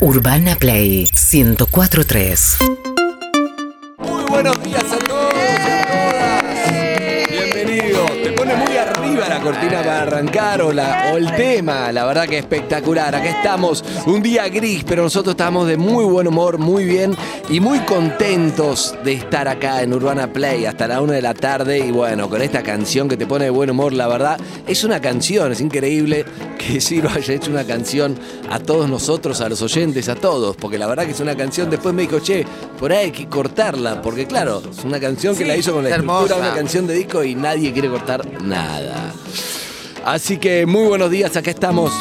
Urbana Play 1043. Muy buenos días a todos y a todas. Bienvenidos. Te pone muy arriba la cortina para arrancar o, la- o el tema. La verdad que espectacular. Acá estamos. Un día gris, pero nosotros estamos de muy buen humor, muy bien y muy contentos de estar acá en Urbana Play hasta la una de la tarde. Y bueno, con esta canción que te pone de buen humor, la verdad, es una canción. Es increíble que Ciro haya hecho una canción a todos nosotros, a los oyentes, a todos. Porque la verdad que es una canción. Después me dijo, che, por ahí hay que cortarla. Porque claro, es una canción que la hizo con la está estructura de una hermosa. canción de disco y nadie quiere cortar nada. Así que muy buenos días, acá estamos.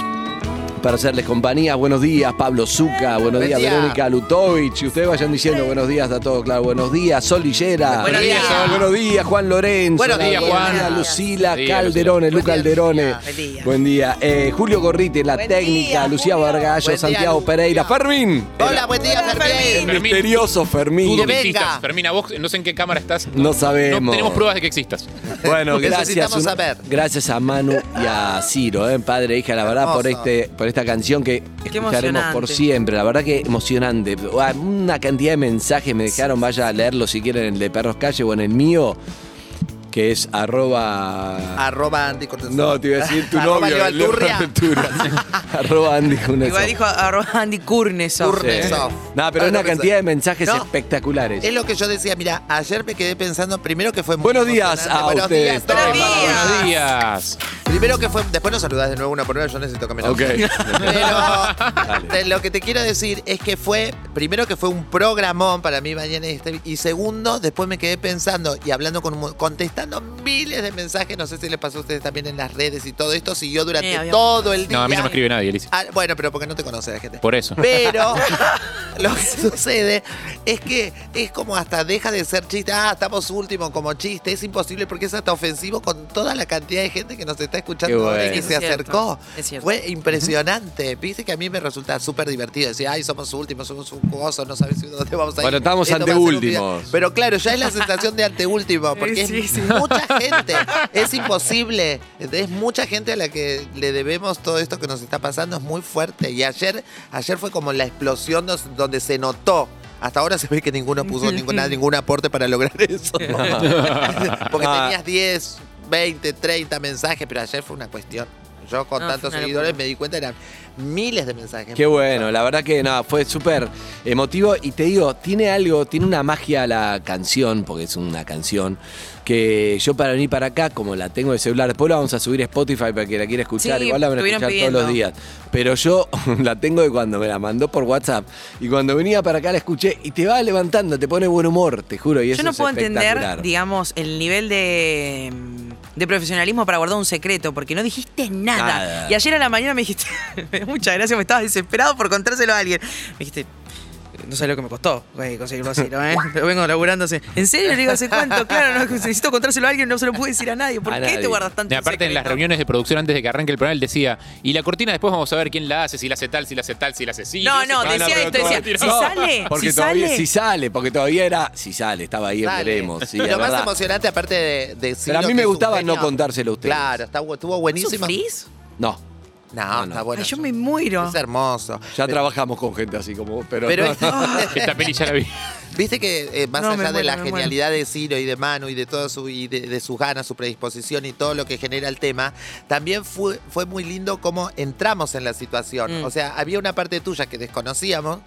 Para hacerles compañía, buenos días Pablo Zuca, buenos Buen días día. Verónica Lutovich, y ustedes vayan diciendo buenos días a todos, claro, buenos días Sol Lillera, Buenos días, Sol. buenos días Juan Lorenzo, Buenos días, Juan. Lucila Buen día, Calderone, Lucila. Luca Buen Calderone, día, Lucila. Buen día. buen día, Eh, Julio Gorriti, la Buen técnica, día, Lucía Julio. Vargallo, Buen día, Santiago Lucía. Pereira, Fermín, Hola, buen día, Hola, Fermín. Eh, Fermín. misterioso Tú Fermín, no venga. existas, Fermina, vos no sé en qué cámara estás. no sabemos. No tenemos pruebas de que existas. Bueno, gracias. Necesitamos una- saber. Gracias a Manu y a Ciro, eh, padre e hija, la verdad, por Hermoso. este, por esta canción que escucharemos por emocionante. siempre. La verdad que emocionante. Ah, Una cantidad de mensajes me dejaron, vaya a leerlo si quieren en el de Perros Calle o en el mío, que es arroba. Arroba Andy Cortázar. no, te iba a decir tu Ah, Arroba novio. Leo el de Alturria. Alturria, sí. arroba Andy Cuneso. Igual dijo arroba Andy Kurnesov. Kurnesov. Eso. No, pero Ah, una no, cantidad de pensé. mensajes No. espectaculares. Es lo que yo decía, mira, ayer me quedé pensando, primero que fue muy Buenos días emocionante. a Buenos ustedes. días, Buenos Tomás. días. Buenos días. Primero que fue, después nos saludás de nuevo una por una, yo necesito que me Ok. Pero te- lo que te quiero decir es que fue, primero que fue un programón para mí mañana y este, y segundo, después me quedé pensando y hablando con, un mon- contestando miles de mensajes, no sé si les pasó a ustedes también en las redes y todo esto siguió durante Eh, había todo el día. No, a mí no me escribe nadie, Elise. Ah, bueno, pero porque no te conoce la gente. Por eso. Pero lo que sucede es que es como hasta deja de ser chiste. Ah, estamos último como chiste. Es imposible porque es hasta ofensivo con toda la cantidad de gente que nos está Qué escuchando ahora y bueno. que se Es cierto, acercó. es cierto. Fue impresionante. Viste que a mí me resulta súper divertido decir, ay, somos últimos, somos un coso, no sabes dónde vamos a ir. Bueno, estamos Esto va a ser un anteúltimos. video. Pero claro, ya es la sensación de anteúltimo porque Sí, es sí. mucha gente. Es imposible. Es mucha gente a la que le debemos todo esto que nos está pasando. Es muy fuerte. Y ayer, ayer fue como la explosión dos- donde se notó. Hasta ahora se ve que ninguno puso ninguna, ningún aporte para lograr eso. Porque Ah. tenías 10, 20, 30 mensajes, pero ayer fue una cuestión. Yo con No, fue tantos una seguidores locura. me di cuenta, eran miles de mensajes. Qué bueno, la verdad que nada, fue súper emotivo y te digo, tiene algo, tiene una magia la canción, porque es una canción, que yo para venir para acá, como la tengo de celular, después la vamos a subir a Spotify para que la quiera escuchar, Sí, igual la van a estuvieron escuchar todos los pidiendo. días, pero yo la tengo de cuando me la mandó por WhatsApp y cuando venía para acá la escuché y te va levantando, te pone buen humor, te juro, y eso Yo no es puedo entender, espectacular. digamos, el nivel de, mm, de profesionalismo para guardar un secreto, porque no dijiste nada. Nada. Y ayer a la mañana me dijiste, muchas gracias, me estabas desesperado por contárselo a alguien. Me dijiste, no sabes lo que me costó güey, conseguirlo así, ¿no? ¿eh? Lo vengo laburando hace- ¿En serio? Le digo, ¿hace cuánto? Claro, no, necesito contárselo a alguien, no se lo pude decir a nadie. ¿Por A qué nadie. te guardas tanto Y aparte, en las secreto? reuniones de producción antes de que arranque el programa, él decía, y la cortina después vamos a ver quién la hace, si la hace tal, si la hace tal, si la hace sí. No, no, sé cuál". decía pero esto, todo decía, tirado. si sale, Porque si todavía, sale. si sale, porque todavía era, si sale, estaba ahí, en Dale. veremos. Sí, es Lo más verdad. emocionante, aparte de, de Pero a Ciro, mí que me es un gustaba no genio. contárselo a ustedes. Claro, está, bu- estuvo buenísimo. ¿Sufrís? No. No, No, no. está bueno. Ay, yo me muero. Es hermoso. Ya trabajamos con gente así como vos, pero, Pero no, es- no. Esta peli ya la vi. Viste que eh, más No, me allá de muero, la me muero. genialidad de Ciro y de Manu y de toda su y de, de sus ganas, su predisposición y todo lo que genera el tema, también fue, fue muy lindo cómo entramos en la situación. Mm. O sea, había una parte tuya que desconocíamos.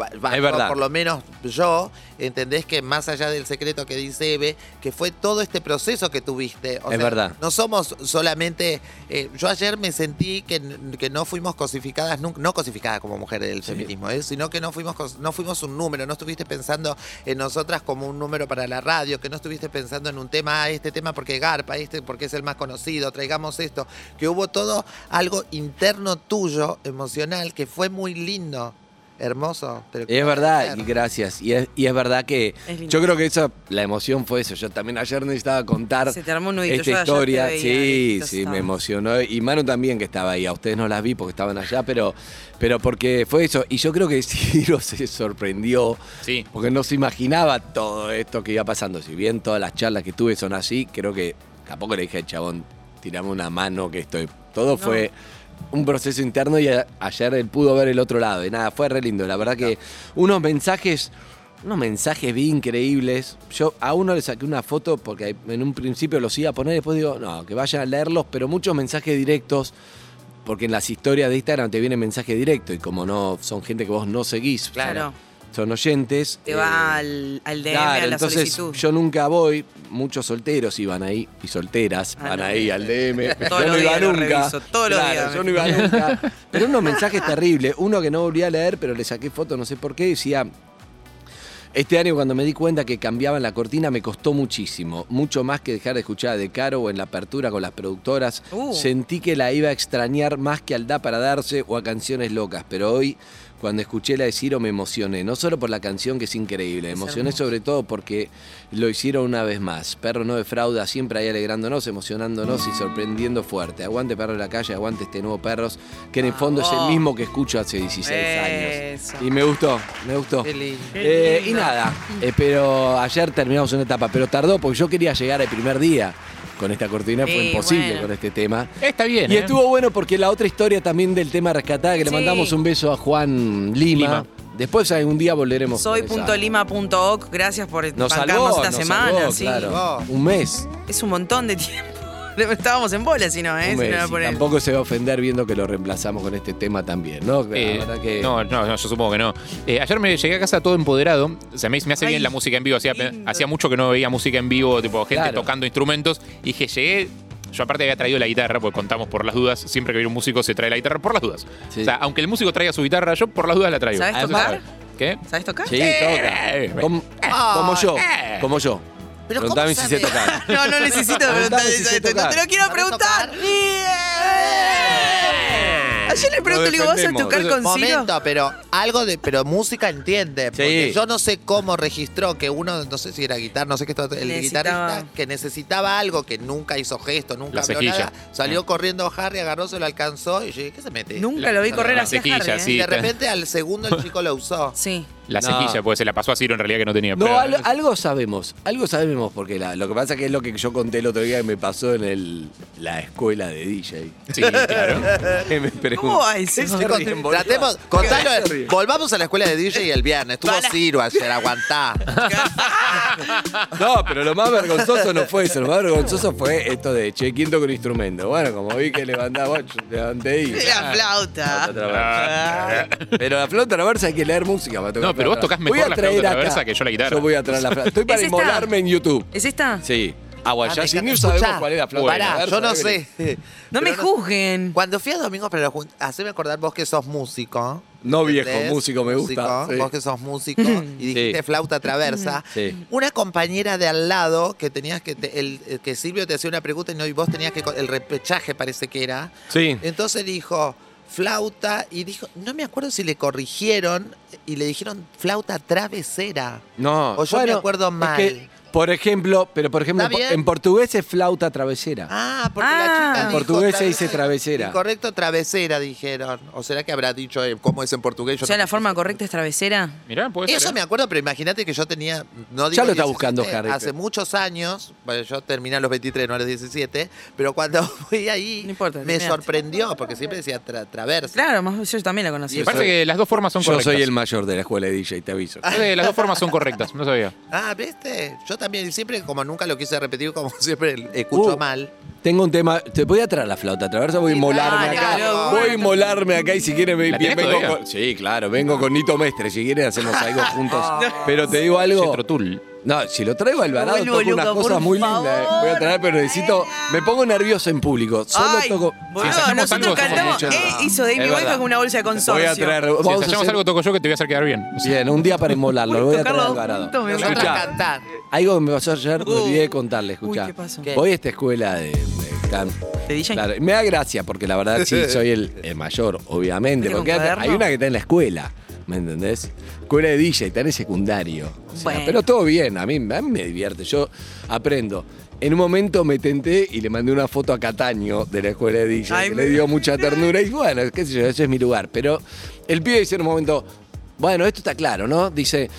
va- va- Es verdad. Por lo menos yo, entendés que más allá del secreto que dice Eve, que fue todo este proceso que tuviste. O Es sea, verdad. No somos solamente. eh, yo ayer me sentí que, n- que no fuimos cosificadas, nunca, no cosificadas como mujeres del feminismo, eh, sino que no fuimos, cos- no fuimos un número, no estuviste pensando en nosotras como un número para la radio, que no estuviste pensando en un tema, ah, este tema porque garpa, este porque es el más conocido, traigamos esto, que hubo todo algo interno tuyo, emocional, que fue muy lindo, hermoso. Pero Es verdad, y gracias. Y es, y es verdad que Es lindo. yo creo que esa, la emoción fue eso. Yo también ayer necesitaba contar Se te armó un nudito, esta yo ayer te historia. veía, sí, listo, sí, estaba. me emocionó. Y Manu también que estaba ahí. A ustedes no las vi porque estaban allá, pero, pero porque fue eso. Y yo creo que Ciro se sorprendió. Sí. Porque no se imaginaba todo esto que iba pasando. Si bien todas las charlas que tuve son así, creo que tampoco le dije al chabón, tirame una mano que estoy. Todo fue un proceso interno y a- ayer él pudo ver el otro lado. Y nada, fue re lindo. La verdad que unos mensajes, unos mensajes bien increíbles. Yo a uno le saqué una foto porque en un principio los iba a poner, después digo, no, que vayan a leerlos, pero muchos mensajes directos. Porque en las historias de Instagram te viene mensaje directo y como no son gente que vos no seguís, Claro. son oyentes. Te eh, va al, al DM, Claro, a la entonces solicitud. yo nunca voy, muchos solteros iban ahí y solteras Ah, van no. ahí al DM. Todos yo los no iba días lo nunca. reviso, todos los Claro, días. Yo no iba nunca. Pero unos mensajes terribles, uno que no volví a leer, pero le saqué foto, no sé por qué, decía. Este año cuando me di cuenta que cambiaban la cortina me costó muchísimo, mucho más que dejar de escuchar a De Caro o en la apertura con las productoras. Uh. Sentí que la iba a extrañar más que al Da para darse o a canciones locas, pero hoy cuando escuché la de Ciro me emocioné, no solo por la canción que es increíble, Es emocioné hermoso. sobre todo porque lo hicieron una vez más. Perro no defrauda, siempre ahí alegrándonos, emocionándonos y sorprendiendo fuerte. Aguante perro de la calle, aguante este nuevo perros, que en el fondo es el Vamos. mismo que escucho hace 16 Eso. años. Y me gustó, me gustó. Qué lindo. Eh, y nada, eh, pero ayer terminamos una etapa, pero tardó porque yo quería llegar al primer día con esta cortina, fue Sí, imposible bueno. con este tema. Está bien. Y ¿eh? estuvo bueno porque la otra historia también del tema rescatada, que le Sí. mandamos un beso a Juan Lima. Lima. Después algún día volveremos. con esa. Soy.lima.oc, gracias por Nos bancarnos salvó, esta nos semana. salvó, sí. claro. Oh. Un mes. Es un montón de tiempo. Estábamos en bola, si no, un ¿eh? Si no mes. era Y por él. Tampoco se va a ofender viendo que lo reemplazamos con este tema también, ¿no? La Eh, verdad que- no, no, no, yo supongo que no. Eh, ayer me llegué a casa todo empoderado. O sea, me, me hace Ay, bien la música en vivo. Hacía, lindo. hacía mucho que no veía música en vivo, tipo gente Claro. tocando instrumentos. Y dije, llegué. Yo aparte había traído la guitarra, porque contamos por las dudas. Siempre que viene un músico se trae la guitarra por las dudas. Sí. O sea, aunque el músico traiga su guitarra, yo por las dudas la traigo. ¿Sabés Ah, eso tocar? sabe. ¿Qué? ¿Sabes tocar? Eh, Sí, Eh, toca. Como, como yo, como yo. Pero Preguntame si ¿cómo sé sabe? tocar. No, no necesito preguntar Preguntame si sé eso, No tocar. te lo quiero ¿Sabés preguntar. tocar? Bien. Ayer le pregunto, le digo, ¿vas a defendemos. tocar con Ciro? Momento, pero algo de. Pero música entiende. Porque Sí. yo no sé cómo registró que uno, no sé si era guitarra, no sé qué estaba. El Necesitaba- guitarrista que necesitaba algo que nunca hizo gesto, nunca La habló cejilla. Ah. nada. Salió corriendo Harry, agarró, se lo alcanzó y yo dije, ¿qué se mete? Nunca lo vi correr la hacia cejilla, Harry, ¿eh? sí. Y de repente al segundo el chico lo usó. Sí. La No. cejilla, pues se la pasó a Ciro en realidad que no tenía. No, pero- al- algo sabemos, algo sabemos, porque la- lo que pasa que es lo que yo conté el otro día que me pasó en el, la escuela de DJ. Sí, claro. Que me ¿Cómo preguntó. va eso? se Con- ríen, boludo? tratemos, contalo, volvamos a la escuela de DJ el viernes. Estuvo Para. Ciro ayer, aguantá. No, pero lo más vergonzoso no fue eso, lo más vergonzoso fue esto de che, quinto con instrumento. Bueno, como vi que levantaba, yo levanté y. La flauta. Otra vez. Pero la flauta traversa hay que leer música para tocar No, pero vos flauta. tocás Voy mejor a la traer flauta acá. traversa que yo la guitarra. Yo voy a traer la flauta. Estoy para ¿Es esta? inmolarme en YouTube. ¿Es esta? Sí. Agua, Ah, ya me sin encanta. ir sabemos Escuchá, cuál es la flauta. Pará, traversa. yo no sé. No me Pero juzguen. Cuando fui a Domingos para la Junta, haceme acordar vos que sos músico. No, viejo, ¿entendés? músico, me gusta, Músico, sí. Vos que sos músico y dijiste Sí. flauta traversa. Sí. Una compañera de al lado que tenías que. te- el, el que Silvio te hacía una pregunta y no, y vos tenías que. co- El repechaje parece que era. Sí. Entonces dijo flauta y dijo. No me acuerdo si le corrigieron y le dijeron flauta travesera. No. O yo me acuerdo es mal. que, por ejemplo, pero por ejemplo, ¿Está bien? en portugués es flauta travesera. Ah, porque Ah. la chica En dijo portugués se dice travesera. Correcto, travesera dijeron. ¿O será que habrá dicho eh, cómo es en portugués? Yo O sea, no- la forma correcta es travesera. Mirá, puede ser, Eso ¿eh? me acuerdo, pero imagínate que yo tenía. No digo Ya lo está 17, buscando, Harry, Hace pero- muchos años, bueno, yo terminé a los 23, no a los 17, pero cuando fui ahí No importa, me terminaste. sorprendió, porque siempre decía tra- traversa. Claro, más yo también la conocí. Me parece que las dos formas son Yo correctas. soy el mayor de la escuela de DJ, te aviso. Parece que Las dos formas son correctas, no sabía. Ah, ¿viste? Yo también, siempre, como nunca lo quise repetir, como siempre escucho Uh. mal. Tengo un tema. Te voy a traer la flauta traversa, voy a inmolarme dale, acá. claro, voy a bueno. inmolarme acá y si quieren me- ¿La tenés vengo todavía? con- Sí, claro, vengo con Nito Mestre. Si quieren hacemos algo juntos. Pero te digo algo. Jethro Tull. No, si lo traigo al varado vuelvo toco unas loca, cosas por muy lindas. eh. Voy a traer, pero necesito. Me pongo nervioso en público. Solo Ay, toco. boludo, Si hacemos nosotros algo, cantamos. hacemos Eh, hizo David Es Bowie verdad. con una bolsa de Voy consorcio. a traer. Si vamos a hacemos hacer- algo toco yo que te voy a hacer quedar bien. Bien, un día para inmolarlo. Lo voy a traer al varado. juntos, me Escuchá, Nosotras cantar. Algo que me pasó ayer, me Uh. olvidé de contarle, escuchá. Uy, ¿qué pasó? ¿Qué? Voy a esta escuela de, de can- ¿De DJ? Claro, me da gracia, porque la verdad sí, soy el, el mayor, obviamente. ¿Tiene un Porque cuaderno? hay una que está en la escuela, ¿me entendés? Escuela de DJ, está en el secundario. O sea, Bueno. Pero todo bien, a mí, a mí me divierte, yo aprendo. En un momento me tenté y le mandé una foto a Cataño de la escuela de DJ, Ay, que me- le dio mucha ternura y bueno, qué sé yo, ese es mi lugar. Pero el pibe dice en un momento, bueno, esto está claro, ¿no? Dice,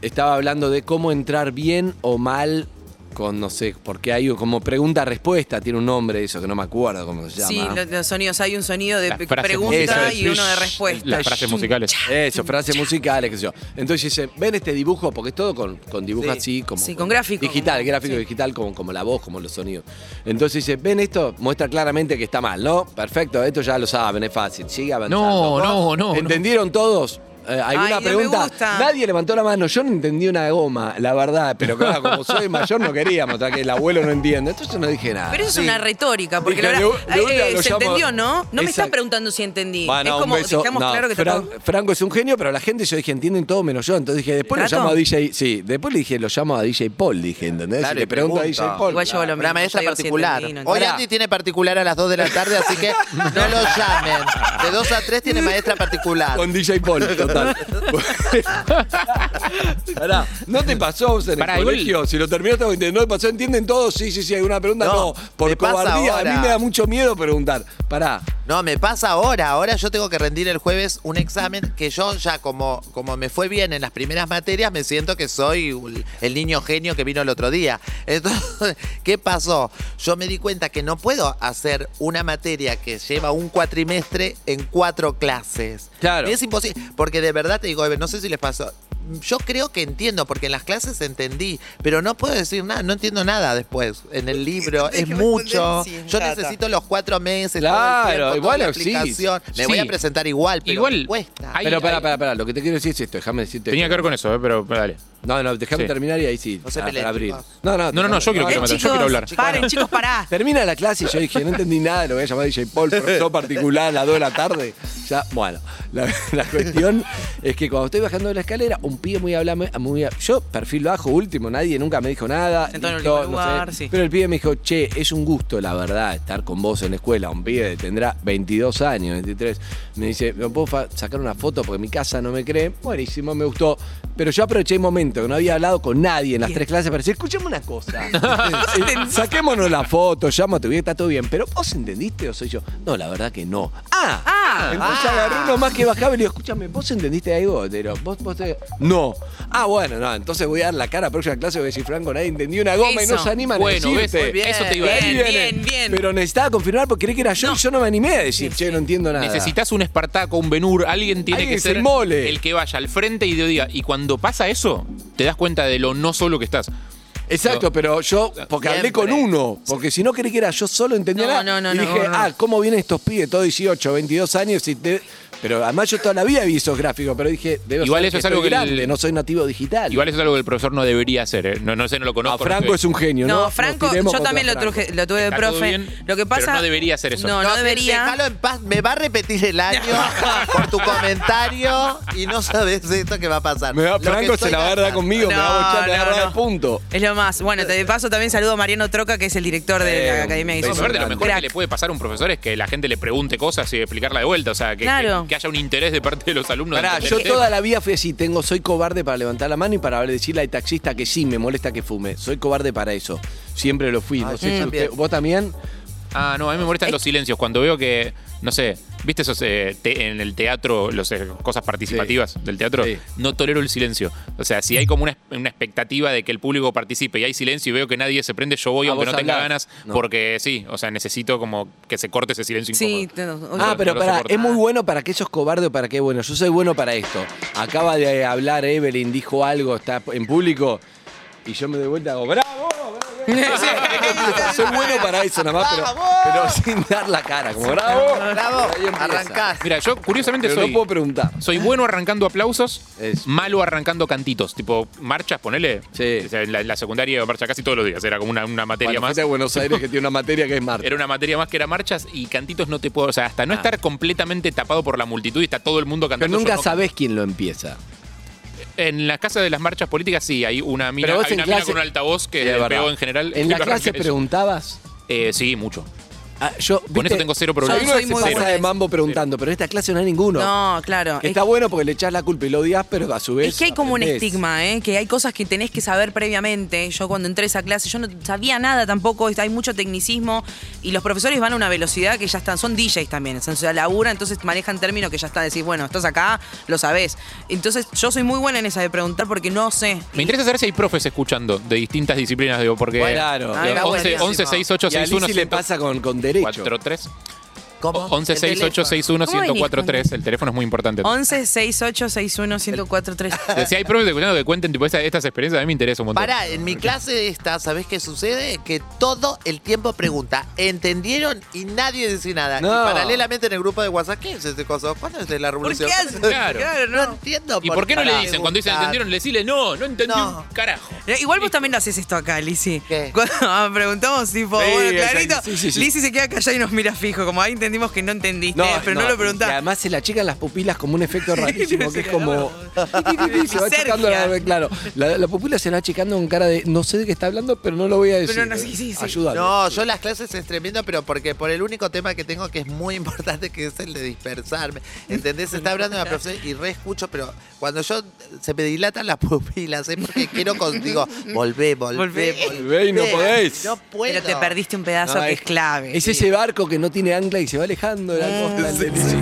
estaba hablando de cómo entrar bien o mal con, no sé, porque hay como pregunta-respuesta, tiene un nombre eso, que no me acuerdo cómo se llama. Sí, lo- los sonidos. Hay un sonido de Las pe- frases pregunta musicales. y uno de respuesta. Las frases musicales. Eso, frases musicales, qué sé yo. Entonces dice, ven este dibujo, porque es todo con, con dibujo Sí. así, como. Sí, con gráfico, Digital, como- gráfico sí. digital, como, como la voz, como los sonidos. Entonces dice, ven esto, muestra claramente que está mal, ¿no? Perfecto, esto ya lo saben, es fácil. Sigue avanzando. No, no, no, no. ¿Entendieron todos? Eh, Ay, ¿Alguna no me pregunta? gusta. Nadie levantó la mano. Yo no entendí una goma, la verdad. Pero claro, como soy mayor, no queríamos, o sea, que el abuelo no entiende. Entonces no dije nada. Pero es una retórica, porque Dije, la de u- verdad, de una eh, lo se llamo- entendió, ¿no? No me estás Exacto. preguntando si entendí. Bueno, es un como, beso. dejamos No, claro que Eh, Fran- tratamos- Franco es un genio, pero la gente, yo dije, entienden todo menos yo. Entonces dije, después lo ¿Trato? llamo a DJ. Sí, después le dije, lo llamo a DJ Paul, dije, ¿entendés? Claro, Y y le pregunto a pregunta. DJ Paul. Igual yo hago lo mismo. Una maestra yo digo si particular. entendí, no entendí. Hoy Pará. Andy tiene particular a las 2 de la tarde, así que no lo llamen. De 2 a 3 tiene maestra particular. Con DJ Paul, total. Pará, ¿no te pasó en el Pará, igual- colegio? Si lo terminaste, ¿no te pasó? ¿Entienden todos? Sí, sí, sí, alguna pregunta. No, No, por me pasa cobardía. A ahora. mí me da mucho miedo preguntar. Pará. No, me pasa ahora. Ahora yo tengo que rendir el jueves un examen que yo ya como, como me fue bien en las primeras materias, me siento que soy el- el niño genio que vino el otro día. Entonces, ¿qué pasó? Yo me di cuenta que no puedo hacer una materia que lleva un cuatrimestre en cuatro clases. Claro. Es imposible. Porque de verdad te digo, Ever, no sé si les pasó. Yo creo que entiendo, porque en las clases entendí, pero no puedo decir nada, no entiendo nada después. En el libro es mucho. sí, Yo tata. necesito los cuatro meses. Claro, Claro, igual igual la existe. explicación. Me voy Sí. a presentar igual, pero Igual, me cuesta. hay- Ahí- pero pará, ahí- pará, pará. Lo que te quiero decir es esto. Déjame decirte. Tenía que ver con eso, eh, pero pero dale. No, no, déjame Sí. terminar y ahí sí. No se para- peleen, para abrir. chicos. No, no, No, no, no, yo quiero que Eh, lo maten, chicos, yo quiero hablar. Paren, chicos, pará. Termina la clase y yo dije, no entendí nada, lo voy a llamar DJ Paul, profesor particular a las 2 de la tarde. Ya, bueno, la, la cuestión es que cuando estoy bajando de la escalera, un pibe muy hablame, muy yo perfil bajo, último, nadie nunca me dijo nada. Sentó en el listo, último no sé. lugar, sí. Pero el pibe me dijo, che, es un gusto, la verdad, estar con vos en la escuela. Un pibe que tendrá 22 años, 23. Me dice, ¿me puedo fa- sacar una foto? Porque mi casa no me cree. Buenísimo, me gustó. Pero yo aproveché el momento, que no había hablado con nadie en las Bien. tres clases para decir, escuchame una cosa. Eh, Saquémonos la foto, llama a tu vida, está todo bien. Pero ¿vos entendiste o soy yo? No, la verdad que no. ¡Ah! Ah, Entonces agarré uno más que bajaba y le digo, escúchame, ¿vos entendiste algo? Te digo, ¿Vos, vos te- No. Ah, bueno, no, entonces voy a dar la cara a próxima clase, voy a decir, Franco, nadie entendió una goma y no Eso. se animan Bueno, a ves, decirte. muy bien. eso te iba a Bien, decir. bien, bien. Pero necesitaba confirmar porque creí que era yo y yo no me animé a decir, che, no entiendo nada. Necesitas un Espartaco, un Benur, alguien tiene Alguien que que se ser inmole. el que vaya al frente y te diga. Y cuando pasa eso, te das cuenta de lo no solo que estás. Exacto, pero yo, porque hablé con uno, porque si no creí que era yo solo, entendía No, nada. no, no, y no, dije, no, no. ah, ¿cómo vienen estos pibes? Todos 18, 22 años. Y te- Pero además yo toda la vida vi esos gráficos, pero dije, debe Igual ser eso es algo estoy que el- grande, no soy nativo digital. Igual eso es algo que el profesor no debería hacer. ¿eh? No, no sé, no lo a conozco. Franco es un genio, ¿no? No, Nos Franco, tiremos yo contra también lo, Franco. truje- lo tuve de Está todo profe. bien, lo que pero pasa. no debería hacer eso. No, no, No, debería. Déjalo en paz, me va a repetir el año por tu comentario y no sabes esto que va a pasar. Me va- Lo que Franco se estoy la va a dar gastando. conmigo, me va a bochar, me va a agarrar de punto. Es lo más. Bueno, te de paso también saludo a Mariano Troca, que es el director de Eh, la Academia de un No, Diseño. beso aparte, lo mejor Crack. que le puede pasar a un profesor es que la gente le pregunte cosas y explicarla de vuelta. O sea, que, Claro. que- que haya un interés de parte de los alumnos. Pará, de yo entender. toda la vida fui así, tengo, soy cobarde para levantar la mano y para decirle al taxista que sí, me molesta que fume. Soy cobarde para eso. Siempre lo fui. no sé si usted- ¿Vos también? Ah, no, a mí me molestan los silencios. Cuando veo que, no sé, ¿viste esos eh, te- en el teatro, las cosas participativas del teatro? Sí. No tolero el silencio. O sea, si hay como una, una expectativa de que el público participe y hay silencio y veo que nadie se prende, yo voy Ah, aunque vos no tenga hablás. ganas, No. porque sí, o sea, necesito como que se corte ese silencio Sí, incómodo. te- no, oye, Ah, pero no lo pará, soporto. es muy bueno para que sos cobarde o para qué bueno. Yo soy bueno para esto. Acaba de hablar Evelyn, dijo algo, está en público, y yo me doy vuelta y hago, ¡bravo! bravo". soy bueno para eso nada más, pero, pero sin dar la cara, como bravo. Bravo, Ahí empieza. arrancás. Mira, yo curiosamente Pero soy. no puedo preguntar. Soy bueno arrancando aplausos, Eso. malo arrancando cantitos. Tipo, marchas, ponele. Sí. O sea, en la, en la secundaria iba a marcha casi todos los días. Era como una, una materia Bueno, más. fuiste a Buenos Aires que tiene una materia que es Marte. Era una materia más que era marchas y cantitos no te puedo. O sea, hasta no estar completamente tapado por la multitud y está todo el mundo Ah. Pero cantando. nunca yo no- sabés quién lo empieza. En la casa de las marchas políticas sí, hay una mina, Pero vos hay en una mina clase- con un altavoz Sí, que es le verdad. pegó en general. En la Lo arranca clase eso. preguntabas. Eh, sí, mucho. Ah, yo, Con ¿viste? eso tengo cero Yo problemas. soy muy se pasa buena. de mambo preguntando, pero en esta clase no hay ninguno. No, claro. Que Está es, bueno porque le echas la culpa y lo odias, pero a su vez. es que hay como un aprendés. estigma, ¿eh? que hay cosas que tenés que saber previamente. Yo cuando entré a esa clase, yo no sabía nada tampoco, hay mucho tecnicismo y los profesores van a una velocidad que ya están, son DJs también, o sea, labura, entonces manejan términos que ya está, decís, bueno, estás acá, lo sabés. Entonces yo soy muy buena en esa de preguntar porque no sé. Me interesa saber si hay profes escuchando de distintas disciplinas, digo, porque. Claro. Ah, está 11, buenísimo. 11 6, y a Lizzy le pasa con, con derecho. 43. ¿Cómo? 11 El 6, 8, teléfono. 6, 1, ¿Cómo 1043. El teléfono es muy importante. 11 68 61 1043. Si hay profes escuchando que cuenten tipo, esta- estas experiencias, a mí me interesa un montón. Pará, en mi clase esta, ¿sabés qué sucede? Que todo el tiempo pregunta, ¿entendieron? Y nadie dice nada. No. Y paralelamente en el grupo de WhatsApp, ¿qué es ese cosa? ¿Cuándo es de la ¿Por revolución? qué haces? Claro. Claro, No no. entiendo. ¿Y por qué no le pará. dicen? Cuando dicen Preguntar. entendieron, decirle no, no entendí No. un carajo. Eh, Igual vos también haces esto acá, Lizzy. ¿Qué? Cuando ah, preguntamos, tipo, Sí, bueno, exacto. clarito, Sí, sí, sí. Lizzy se queda callada y nos mira fijo, como ahí entendimos que no entendiste, pero no, lo Y preguntás. además se le achican las pupilas como un efecto rarísimo, que es como. se va achicando la, Sergia. claro, la, la pupila se va achicando con cara de no sé de qué está hablando, pero no lo voy a decir. Pero no, sí, sí, sí. Ayúdame. No, yo las clases es tremendo, pero porque por el único tema que tengo que es muy importante, que es el de dispersarme. ¿Entendés? Se está hablando la profesora y re escucho, pero cuando yo se me dilatan las pupilas, es porque quiero contigo. Volvé, volvé, Volvé. volvé. Volvé y no podés. No puedo. Pero te perdiste un pedazo No, que es clave. Ah, Es ese barco que no tiene ancla y se va alejando de la costa. el de Lizzy.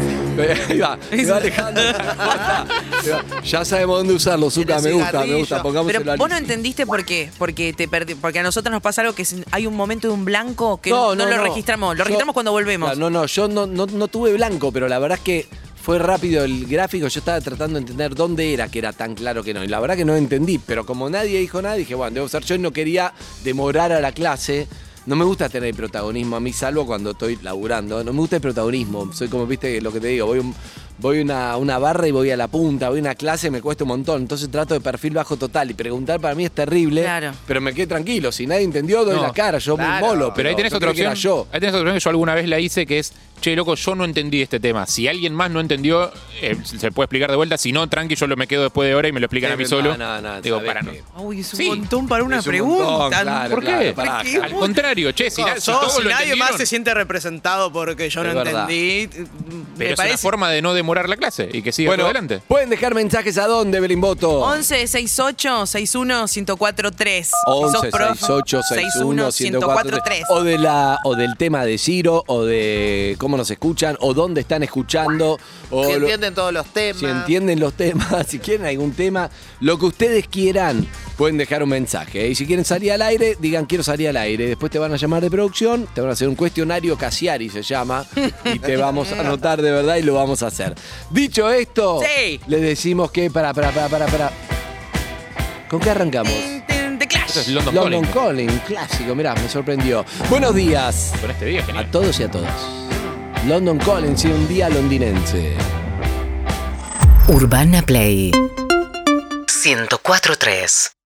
Ahí va, se va alejando. de la costa. Se va. Ya sabemos dónde usarlo, Zuka. el Me gusta, me cigarrillo. gusta. Pongámoselo pero a vos no Lizzy. entendiste por qué. Porque, te perdi- porque a nosotros nos pasa algo que es- hay un momento de un blanco que no, lo registramos. Lo Yo- registramos cuando volvemos. Claro, No, no, yo no, no, no tuve blanco, pero la verdad es que fue rápido el gráfico. Yo estaba tratando de entender dónde era que era tan claro que no. Y la verdad que no entendí, pero como nadie dijo nada, dije, bueno, debo ser yo y no quería demorar a la clase. No me gusta tener protagonismo a mí, salvo cuando estoy laburando. No me gusta el protagonismo. Soy como, viste, lo que te digo. Voy, un- voy a una, una barra y voy a la punta. Voy a una clase, me cuesta un montón. Entonces trato de perfil bajo total. Y preguntar para mí es terrible. Claro. Pero me quedé tranquilo. Si nadie entendió, doy No, la cara. Yo claro. me molo. Pero ahí tenés Ah, yo otra creí que era opción. yo. Ahí tenés otra opción que yo alguna vez la hice que es, che, loco, yo no entendí este tema. Si alguien más no entendió, eh, se puede explicar de vuelta. Si no, tranqui, yo lo me quedo después de hora y me lo explican Sí, a mí pero solo. no, no, no, Digo, sabés para no. que- Uy, es un Sí. montón para una Es un pregunta. montón, claro, ¿Por qué? claro, pará, Porque claro. Al contrario, che, si, na- si Yo, todos si lo nadie más entendieron, se siente representado porque yo Es no verdad. entendí, me Pero es parece una forma de no demorar la clase y que siga Bueno, todo adelante. pueden dejar mensajes a dónde, Belimboto. 11 68 61 1043. 11 68 61 104 o de la o del tema de Ciro o de cómo nos escuchan o dónde están escuchando o Si lo- entienden todos los temas. si entienden los temas, si quieren algún tema, lo que ustedes quieran, pueden dejar un mensaje. Y si quieren salir al aire, digan quiero salir al aire. Después te van a llamar de producción, te van a hacer un cuestionario Casiari se llama, y te vamos a anotar de verdad y lo vamos a hacer. Dicho esto, Sí. les decimos que para, para, para, para, para. ¿Con qué arrancamos? The Clash. Esto es London, London Calling. Calling, un clásico, mirá, me sorprendió. Buenos días Con este día, a genial. todos y a todas. London Calling, sí, un día londinense. Urbana Play 104.3